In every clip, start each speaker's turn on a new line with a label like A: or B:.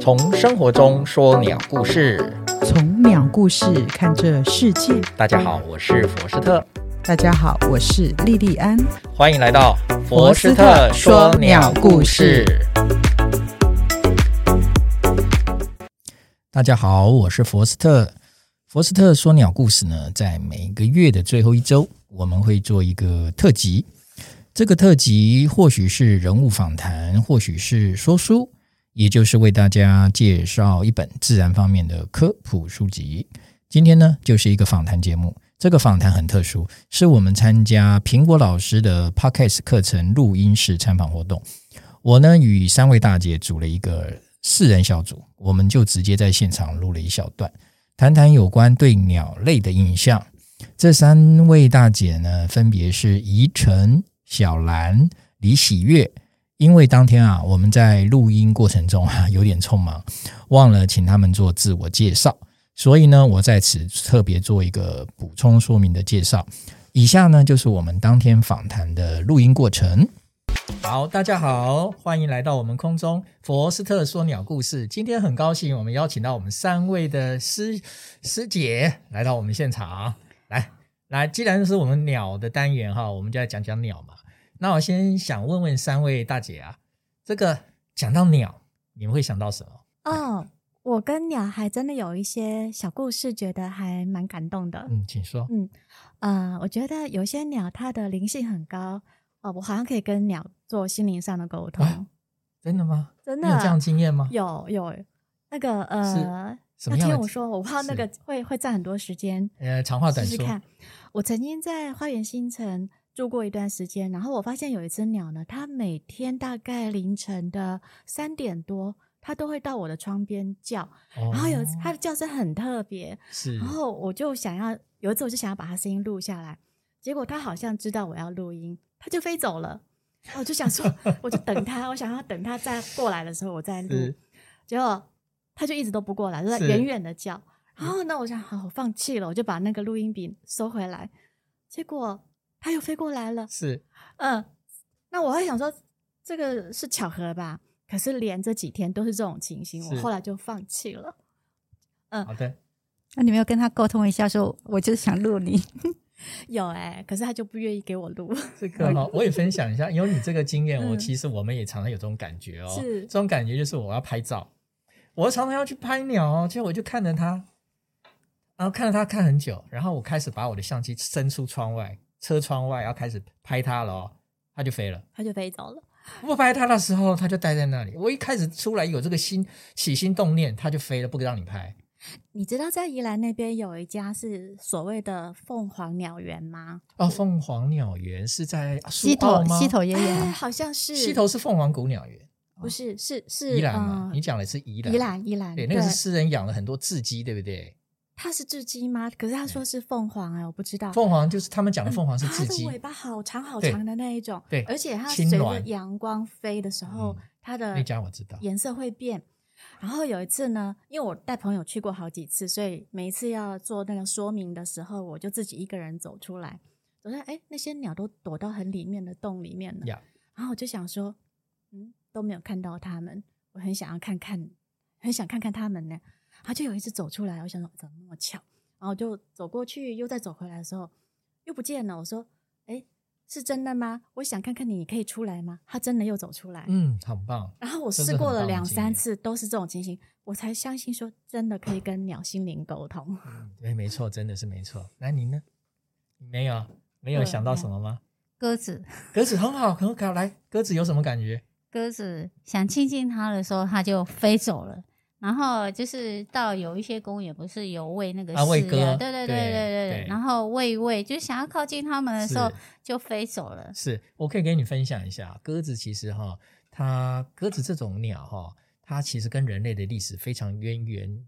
A: 从生活中说鸟故事。
B: 从鸟故事看这世界。
A: 大家好，我是佛斯特，
B: 大家好，我是莉莉安。
A: 欢迎来到
B: 佛斯特说鸟故事。
A: 大家好，我是佛斯特。佛斯特说鸟故事呢，在每个月的最后一周，我们会做一个特辑。这个特辑或许是人物访谈，或许是说书，也就是为大家介绍一本自然方面的科普书籍。今天呢，就是一个访谈节目。这个访谈很特殊，是我们参加苹果老师的 Podcast 课程录音室参访活动。我呢与三位大姐组了一个四人小组，我们就直接在现场录了一小段，谈谈有关对鸟类的印象。这三位大姐呢，分别是怡晨、小兰、李喜月。因为当天啊，我们在录音过程中啊有点匆忙，忘了请他们做自我介绍，所以呢，我在此特别做一个补充说明的介绍。以下呢，就是我们当天访谈的录音过程。好，大家好，欢迎来到我们空中佛斯特说鸟故事。今天很高兴，我们邀请到我们三位的师师姐来到我们现场。来来，既然是我们鸟的单元哈，我们就来讲讲鸟嘛。那我先想问问三位大姐啊，这个讲到鸟，你们会想到什么？
C: 哦，我跟鸟还真的有一些小故事，觉得还蛮感动的。
A: 嗯，请说。
C: 呃，我觉得有些鸟它的灵性很高，哦，我好像可以跟鸟做心灵上的沟通，
A: 啊真的吗？
C: 真
A: 你
C: 的啊
A: 有这样经验吗？
C: 有有那个呃，
A: 什么
C: 要
A: 样
C: 听
A: 的？
C: 我说，我怕那个会会占很多时间，
A: 呃，长话短
C: 试
A: 说。
C: 试看。我曾经在花园新城住过一段时间，然后我发现有一只鸟呢，它每天大概凌晨的三点多，它都会到我的窗边叫，
A: 哦嗯
C: 然后有哦它的叫声很特别，
A: 是
C: 然后我就想要有一次我就想要把它声音录下来，结果它好像知道我要录音，它就飞走了。然后我就想说，我就等它，我想要等它再过来的时候我再录
A: 是。
C: 结果它就一直都不过来，就在
A: 是
C: 远远的叫。然后呢，我想好，我放弃了，我就把那个录音笔收回来。结果它又飞过来了，
A: 是
C: 嗯，那我会想说，这个是巧合吧？可是连这几天都是这种情形，我
A: 是
C: 后来就放弃了。
A: 好的，
D: 那你没有跟他沟通一下说，我就是想录 你，
C: 有哎、可是他就不愿意给我录。
A: 这个哈，我也分享一下，有你这个经验，我
C: 嗯
A: 其实我们也常常有这种感觉哦。
C: 是
A: 这种感觉就是我要拍照，我常常要去拍鸟哦，结果我就看着它，然后看着它看很久，然后我开始把我的相机伸出窗外车窗外，要开始拍它了哦，它就飞了。
C: 他就飞走了。
A: 不拍它的时候，它就待在那里。我一开始出来有这个心起心动念，它就飞了，不让你拍。
C: 你知道在宜兰那边有一家是所谓的凤凰鸟园吗？
A: 哦，凤凰鸟园是在啊
D: 西
A: 苏澳
D: 头
B: 哦
A: 吗？
D: 西头也有
C: 哎，
D: 啊，
C: 好像是
A: 西头是凤凰谷鸟园，
C: 不是是是
A: 宜兰嘛？
C: 嗯
A: 你讲的是宜兰，
C: 宜兰宜兰
A: 对，那个是私人养了很多雉鸡，对不对？
C: 它是雉鸡吗？可是他说是凤凰哎、我不知道。
A: 凤凰就是他们讲的凤凰是
C: 嗯
A: 雉
C: 它
A: 鸡
C: 的，尾巴好长好
A: 对
C: 长的那一种，
A: 对
C: 而且它
A: 青
C: 随着
A: 鸾
C: 阳光飞的时候，
A: 嗯
C: 它的
A: 那家我知道
C: 颜色会变。然后有一次呢，因为我带朋友去过好几次，所以每一次要做那个说明的时候，我就自己一个人走出来。走出来，哎，那些鸟都躲到很里面的洞里面了。
A: 呀
C: 然后我就想说，嗯，都没有看到它们，我很想要看看，很想看看它们呢。然后就有一只走出来，我想说怎么那么巧，然后就走过去，又再走回来的时候，又不见了。我说，哎，是真的吗？我想看看你，你可以出来吗？它真的又走出来。
A: 嗯，很棒。
C: 然后我
A: 这
C: 试
A: 是
C: 过
A: 很棒
C: 了
A: 的
C: 两
A: 经
C: 三
A: 验
C: 次，都是这种情形，我才相信说真的可以跟鸟心灵沟通。
A: 嗯，对，没错，真的是没错。那您呢？没有没有
C: 对
A: 想到什么吗？
D: 鸽子，
A: 鸽子很好，很好。来，鸽子有什么感觉？
D: 鸽子想亲近它的时候，它就飞走了。然后就是到有一些公园，不是有喂那个
A: 啊喂
D: 饲料
A: 鸽
D: 对
A: 对
D: 对对对对
A: 对
D: 对。然后喂一喂，就想要靠近它
C: 嗯
D: 们的时候
A: 是
D: 就飞走了。
A: 是我可以给你分享一下，鸽子其实哈，它鸽子这种鸟哈，它其实跟人类的历史非常渊源，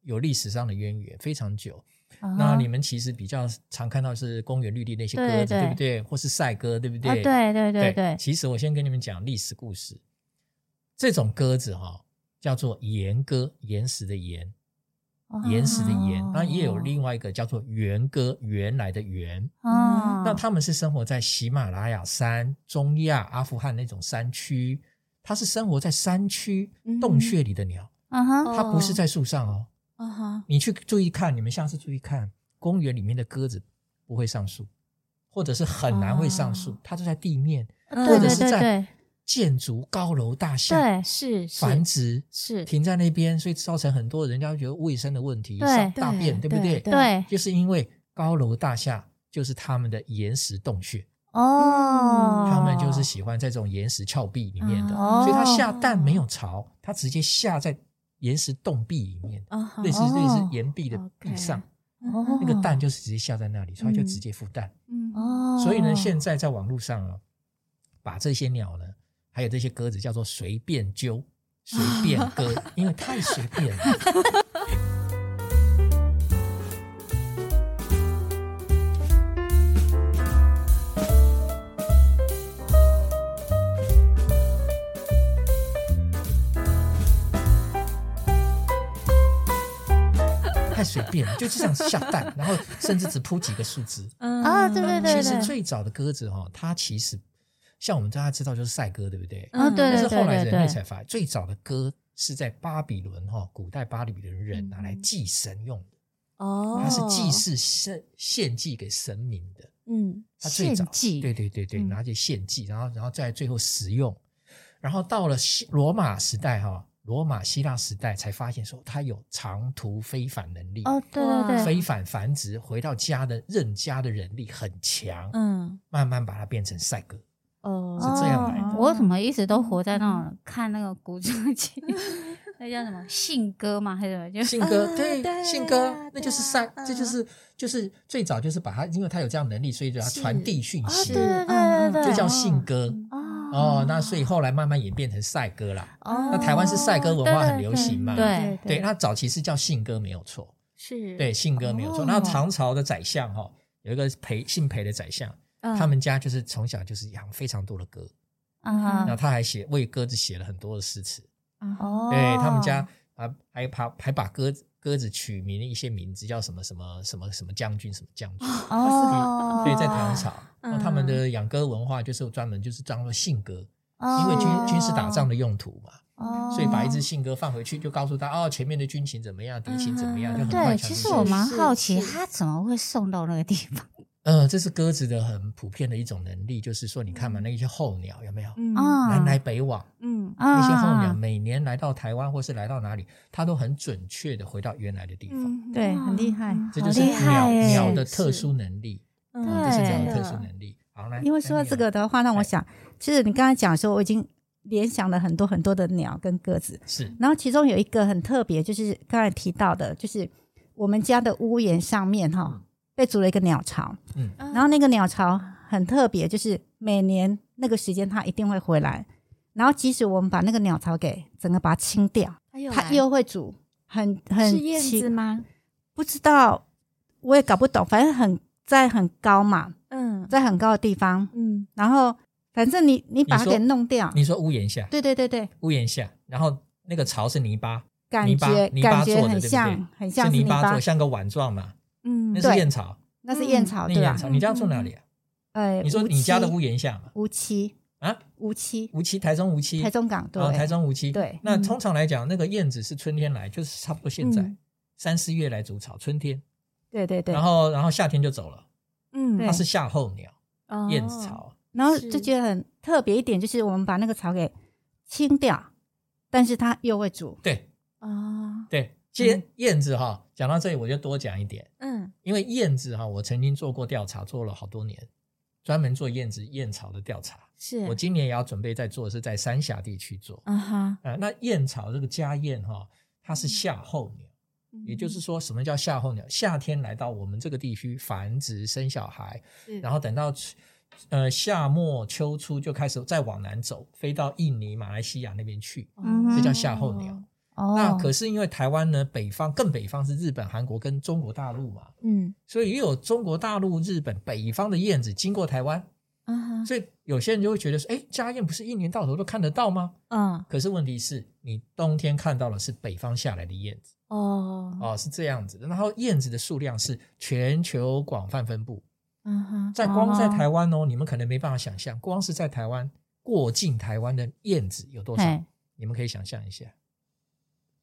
A: 有历史上的渊源非常久。那
D: 哦
A: 你们其实比较常看到是公园绿地那些鸽
D: 对
A: 子，对
D: 对
A: 不对？或是赛鸽，对不对？
D: 啊，对对对对，
A: 其实我先跟你们讲历史故事，这种鸽子哈、叫做岩鸽，岩石的岩，岩石的岩。
D: 哦
A: 那、也有另外一个叫做原鸽，原来的原。
D: 哦，
A: 那他们是生活在喜马拉雅山、中亚、阿富汗那种山区，它是生活在山区
C: 嗯
A: 洞穴里的鸟，
D: 嗯哼，
A: 它不是在树上哦。
D: 嗯
C: 啊哈，
A: 你去注意看，你们下次注意看，公园里面的鸽子不会上树，或者是很难会上树，
D: 哦
A: 它就在地面
C: 啊
D: 对
A: 或者
D: 对
A: 是
D: 对
A: 在
D: 对
A: 建筑、高楼大厦
D: 对，
C: 是是
A: 繁殖，
C: 是
A: 停在那边，所以造成很多人家觉得卫生的问题，
D: 对
A: 上大便，
C: 对
A: 对不对？
C: 对
D: 对
A: 就是因为高楼大厦就是他们的岩石洞穴，
D: 哦，
A: 他们就是喜欢在这种岩石峭壁里面的，
D: 哦
A: 所以它下蛋没有巢，它直接下在岩石洞壁里面，
C: 啊哈
A: 类似
D: 哦
A: 类似岩壁的壁
C: OK
A: 上，
D: 哦
A: 那个蛋就是直接下在那里，所以它就直接孵蛋。
C: 嗯
D: 哦，
A: 所以呢，现在在网络上啊，把这些鸟呢，还有这些鸽子叫做随便揪、随便鸽，因为太随便了。太随便了，就这样下蛋，然后甚至只铺几个树枝，
C: 嗯
D: 啊，对对对
A: 其实
D: 对，
A: 最早的鸽子哈、哦，它其实像我们大家知道就是赛鸽，对不对？
D: 哦对
A: 但是
D: 对对
A: 后来人
D: 对
A: 类
D: 对
A: 才发现，最早的鸽是在巴比伦哈、哦，古代巴比伦人
C: 嗯
A: 拿来祭神用的，
C: 哦，
A: 它是祭祀献献祭给神明的。
C: 嗯
A: 它最早
D: 献祭
A: 对对对对，
C: 嗯
A: 拿去献祭，然后然后再最后食用。然后到了希罗马时代哈、罗马希腊时代才发现说它有长途飞返能力，
D: 哦对对对，
A: 飞返繁殖，回到家的认家的人力很强。
C: 嗯
A: 慢慢把它变成赛鸽。
C: 哦
A: 是这样来的
D: 哦我怎么一直都活在那种看那个古装剧， 那叫什么信鸽吗？还是什么？就是
A: 信鸽、
C: 啊对
A: 对，信鸽、
C: 啊
A: 那就是
C: 对啊
A: 赛，
C: 嗯
A: 这就是就是最早就是把它，因为它有这样能力，所以就要
C: 是
A: 传递讯
D: 啊，
A: 息，
D: 对对
C: 嗯嗯
D: 对对对，
A: 就叫信鸽。
D: 哦
A: 哦，那所以后来慢慢演变成赛鸽啦。
D: 哦，
A: 那台湾是赛鸽文化很流行嘛
D: 对
C: 嗯
A: 对，那早期是叫信鸽没有错，
C: 是
A: 对，信鸽没有错。
D: 哦
A: 那唐朝的宰相哈、有一个裴姓裴的宰相，
C: 嗯
A: 他们家就是从小就是养非常多的鸽，
D: 啊
A: 然后他还写为鸽子写了很多的诗词。
D: 哦，
A: 嗯对他们家啊，还把还把鸽子鸽子取名了一些名字，叫什么什么什么什么将军，什么将军。
D: 哦，
A: 所以在唐朝，那他们
C: 嗯
A: 的养鸽文化就是专门就是当做信鸽，因为军
D: 哦
A: 军事打仗的用途嘛，
D: 哦
A: 所以把一只信鸽放回去，就告诉他哦，前面的军情怎么样，敌情怎么样，就很快传
D: 嗯对，其
A: 递
D: 实
A: 信
D: 我
A: 息。
D: 蛮好奇，
C: 是是
D: 他怎么会送到那个地方？
A: 呃，这是鸽子的很普遍的一种能力，就是说你看嘛，那一些候鸟有没有？
C: 嗯
D: 啊
A: 南来北往，
C: 嗯
D: 啊
A: 那些候鸟每年来到台湾或是来到哪里，它都很准确的回到原来的地方。
C: 嗯
D: 对，
C: 哇
D: 很厉害
C: 嗯，
A: 这
D: 好
A: 就是
D: 厉害
A: 鸟
D: 耶
A: 鸟的特殊能力，
C: 嗯
A: 这是鸟的特殊
C: 真的
A: 能力。好，来，
B: 因为说到
A: 那你
B: 这个的话，让
A: 哎
B: 我想， 其实你刚才讲的时候，我已经联想了很多很多的鸟跟鸽子，
A: 是
B: 然后其中有一个很特别，就是刚才提到的，就是我们家的屋檐上面哈、被筑了一个鸟巢，
A: 嗯
B: 然后那个鸟巢很特别，就是每年那个时间它一定会回来，然后即使我们把那个鸟巢给整个把它清掉，
C: 还有
B: 它又会煮，很很
C: 是燕
B: 奇
C: 子吗？
B: 不知道，我也搞不懂，反正很在很高嘛，
C: 嗯
B: 在很高的地方，
C: 嗯
B: 然后反正你你把它
A: 你说
B: 给弄掉，
A: 你说屋檐下，
B: 对对对对，
A: 屋檐下，然后那个巢是泥巴，
B: 感
A: 泥巴
B: 觉
A: 泥
B: 感
A: 巴
B: 觉
A: 做的，对
B: 很
A: 不
B: 像
A: 对？
B: 很像是
A: 泥
B: 泥
A: 巴
B: 巴
A: 做，，像个碗状嘛，
C: 嗯
A: 那
B: 对
A: 是燕巢，
B: 那是燕
A: 那
B: 巢对吧
A: 燕？巢。你这样住哪里啊？
B: 呃，
A: 你说
B: 无
A: 你家的
B: 锡
A: 屋檐下嘛？
B: 无期
A: 啊，
B: 无期
A: 无期，台中无期，
B: 台中港对
A: 哦，台中无期。
B: 对
A: 那
C: 嗯
A: 通常来讲，那个燕子是春天来，就是差不多现在
C: 嗯
A: 三四月来筑巢，春天，
B: 对对对，
A: 然后然后夏天就走了，
C: 嗯
A: 它是夏候鸟，
C: 哦
A: 燕子巢。
B: 然后
C: 是
B: 就觉得很特别一点，就是我们把那个巢给清掉，但是它又会煮，
A: 对，
C: 哦
A: 对，其实燕子哈，讲到这里我就多讲一点，
C: 嗯
A: 因为燕子哈，我曾经做过调查，做了好多年，专门做燕子燕巢的调查。
C: 是
A: 我今年也要准备在做，是在三峡地区做。
C: 啊哈，
A: 呃，那燕巢这个家燕哈，它是夏候鸟，也
C: 嗯
A: 就是说，什么叫夏候鸟？夏天来到我们这个地区繁殖生小孩，
C: 是
A: 然后等到呃夏末秋初就开始再往南走，飞到印尼、马来西亚那边去。
D: 嗯
A: 这叫夏候鸟。
D: 哦，
A: 那可是因为台湾呢，北方更北方是日本、韩国跟中国大陆嘛，
C: 嗯
A: 所以也有中国大陆、日本北方的燕子经过台湾，
C: 啊哈
D: 嗯
A: 所以有些人就会觉得说，哎，家燕不是一年到头都看得到吗？
C: 嗯
A: 可是问题是你冬天看到的是北方下来的燕子
C: 哦
A: 哦，是这样子的。然后燕子的数量是全球广泛分布，
C: 嗯哈
A: 在光在
D: 哦
A: 台湾哦，你们可能没办法想象，光是在台湾过境台湾的燕子有多少
D: 嘿，
A: 你们可以想象一下，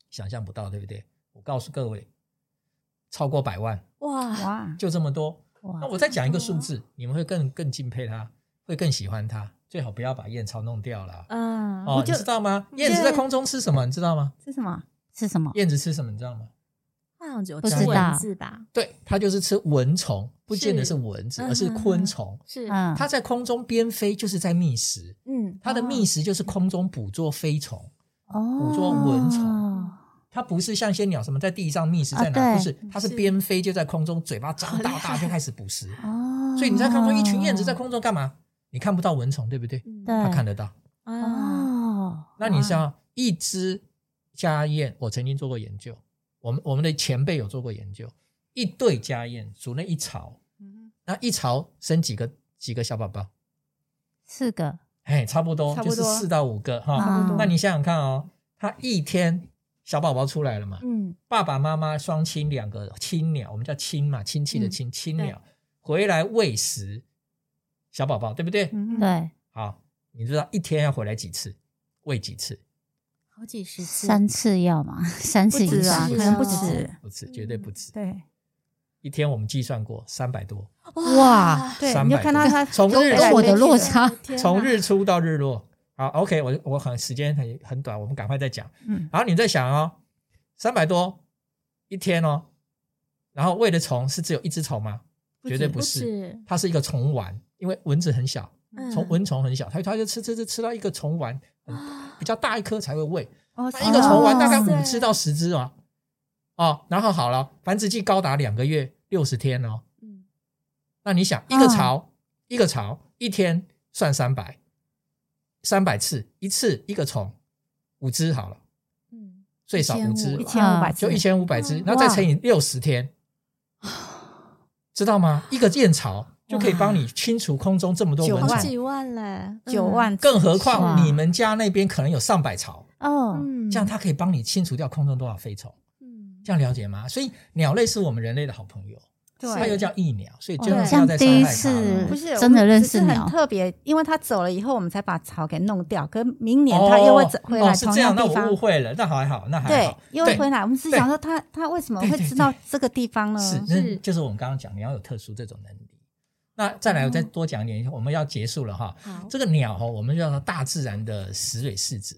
A: 想象不到，对不对？我告诉各位，超过百万，
C: 哇，
B: 哇，
A: 就这么多。那
D: 哇，
A: 我再讲一个数字，你们会更更敬佩他，会更喜欢他。最好不要把燕巢弄掉了。
C: 嗯，
A: 哦，
C: 就
A: 你知道吗？燕子在空中吃什么？你知道吗？
B: 是什么？
D: 是什么？
A: 燕子吃什么？你知道吗？
C: 好像只有
D: 不
C: 吃
A: 知
D: 道
C: 文字吧？
A: 对，它就是吃蚊虫，不见得
C: 是
A: 是蚊子，
C: 嗯
A: 而是
C: 哼
A: 昆虫。
C: 是，
D: 嗯，
A: 它在空中边飞就是在觅食，
C: 嗯，
A: 它的觅食就是空中捕捉飞虫，
D: 捕
A: 捕捉蚊虫它不是像些鸟什么在地上觅食在哪，
D: 啊对
A: 不是，它是
C: 是
A: 边飞就在空中，嘴巴张大大就开始捕食。
D: 哦，
A: 所以你在空中，一群燕子在空中干嘛？你看不到蚊虫，对不对？
C: 嗯，
D: 对
A: 它看得到。
C: 啊，
D: 哦，
A: 那你像一只家燕，我曾经做过研究，我们我们的前辈有做过研究，一对家燕组那一巢，那一巢生几个几个小宝宝？
D: 四个嗯
A: 哎，差不多
B: 差不
A: 就是
B: 多
A: 四到五个哈。
D: 差不
B: 嗯
D: 多
A: 那你想想看哦，它一天小宝宝出来了嘛，
C: 嗯，
A: 爸爸妈妈双亲两个亲鸟，我们叫亲嘛，亲
B: 嗯
A: 戚的亲、亲
C: 对
A: 鸟回来喂食小宝宝，对不对？
B: 嗯，，
D: 对，
A: 好，你知道一天要回来几次，喂几次？
C: 好几十次，
D: 三次要嘛， 三次以
B: 止
D: 上
B: 啊可
A: 不
B: 能
A: 止
B: 不
A: 不止
B: 止，嗯
A: 不止，绝对不止。
B: 对
A: 一天我们计算过三百多，
C: 哦
D: 哇，
B: 对，
A: 300
B: 你就看到它
A: 从
B: 周围
A: 日
B: 来
D: 跟我的
B: 飞去
D: 落差
C: 天哪
A: 从日出到日落。好，OK，我我很时间很很短，我们赶快再讲。
B: 嗯，
A: 然后你再想哦，三百多一天哦，然后喂的虫是只有一只虫吗？绝对
C: 不
A: 不是，
C: 止，
A: 它是一个虫丸，因为蚊子很小，
C: 嗯
A: 虫蚊虫很小，它它就吃吃吃吃到一个虫丸，很比较大一颗才会喂。
B: 哦，
A: 它一个虫丸大概
C: 啊哇
A: 五
C: 塞
A: 只到十只哦，哦，然后好了，繁殖期高达两个月六十天哦。
C: 嗯，
A: 那你想，一个巢、一个巢一天算三百，三百次，一次一个虫，五只好了，
C: 嗯，
A: 最少五只
C: 1500，
B: 一千五百
A: 就一千五百只
C: 嗯，
A: 那再乘以六十天，知道吗？一个燕巢就可以帮你清除空中这么多
B: 九
A: 蚊
C: 好
B: 万
A: 虫，
C: 几万嘞，嗯
B: 九万，
A: 更何况
D: 哇
A: 你们家那边可能有上百巢，
D: 哦，
C: 嗯，嗯，
A: 这样它可以帮你清除掉空中多少飞虫，
C: 嗯，
A: 这样了解吗？所以鸟类是我们人类的好朋友，它又
B: 对。
A: 叫益鸟，所以真的
D: 哦
A: 不
D: 这
A: 要
D: 样
A: 再伤
D: 第一
A: 害它了
D: 次。
B: 不是
D: 真的
B: 我们
D: 认
B: 只
D: 识
B: 是
D: 鸟
B: 很特别，因为它走了以后，我们才把草给弄掉。可明年它又会走回
A: 哦
B: 来
A: 哦，是
B: 同
A: 这样，那
B: 地
A: 我
B: 方
A: 误，会了，那还好，那还
B: 对
A: 好，，
B: 又会回来。我们是
A: 对
B: 想说它，它为什么
A: 对
B: 会
A: 对
B: 知
A: 对
B: 道这个地方呢？
A: 是，
C: 是
A: 那就是我们刚刚讲，你要有特殊这种能力。那再来，我
B: 嗯
A: 再多讲一点，我们要结束了哈。
C: 好，
A: 这个鸟哦，我们叫它大自然的石蕊柿子。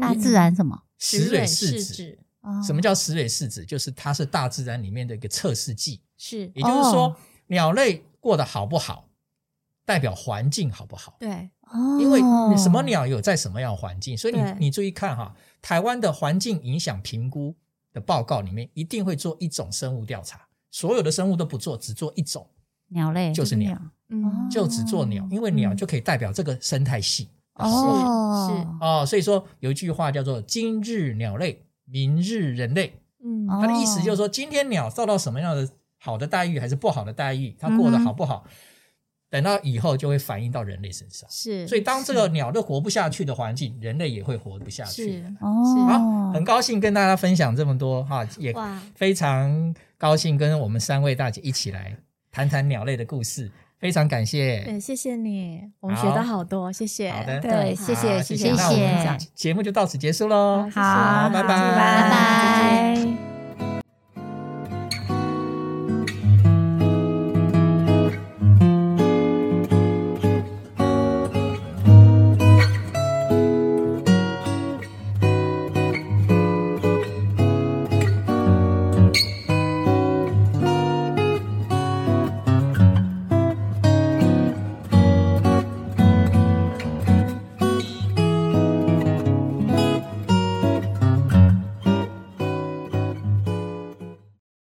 D: 大自然什么？
A: 石蕊柿
C: 柿
A: 子，
C: 子
D: 哦
A: 什么叫石蕊柿子？就是它是大自然里面的一个测试剂，
C: 是，
A: 也就是说
D: 哦，
A: 鸟类过得好不好，代表环境好不好。
C: 对，
D: 哦
A: 因为什么鸟有在什么样的环境，所以
C: 对
A: 你你注意看哈，台湾的环境影响评估的报告里面一定会做一种生物调查，所有的生物都不做，只做一种，
D: 鸟类
A: 就是鸟，
C: 嗯，
A: 就只做鸟，因为鸟就可以代表这个生态系。
D: 哦，
A: 哦，所以说有一句话叫做“今日鸟类，明日人类”，
C: 嗯，
D: 哦
A: 它的意思就是说，今天鸟受到什么样的好的待遇还是不好的待遇，它过得好不
D: 嗯
A: 好，等到以后就会反映到人类身上。
C: 嗯是，
A: 所以，当这个鸟都活不下去的环境，人类也会活不下去。
C: 是，
A: 好，
D: 哦
A: 很，高兴跟大家分享这么多哈，也
C: 哇，
A: 非常高兴跟我们三位大姐一起来谈谈鸟类的故事，非常感谢。
C: 对，谢谢你，我们学到好多，谢谢，
A: 好的，
B: 对，谢谢，
A: 好谢
B: 谢谢，
A: 那我
D: 谢
A: 们
D: 谢
A: 哦节目就到此结束喽。
C: 好谢谢
B: 好
A: 拜拜
D: 拜
B: 拜
D: 拜。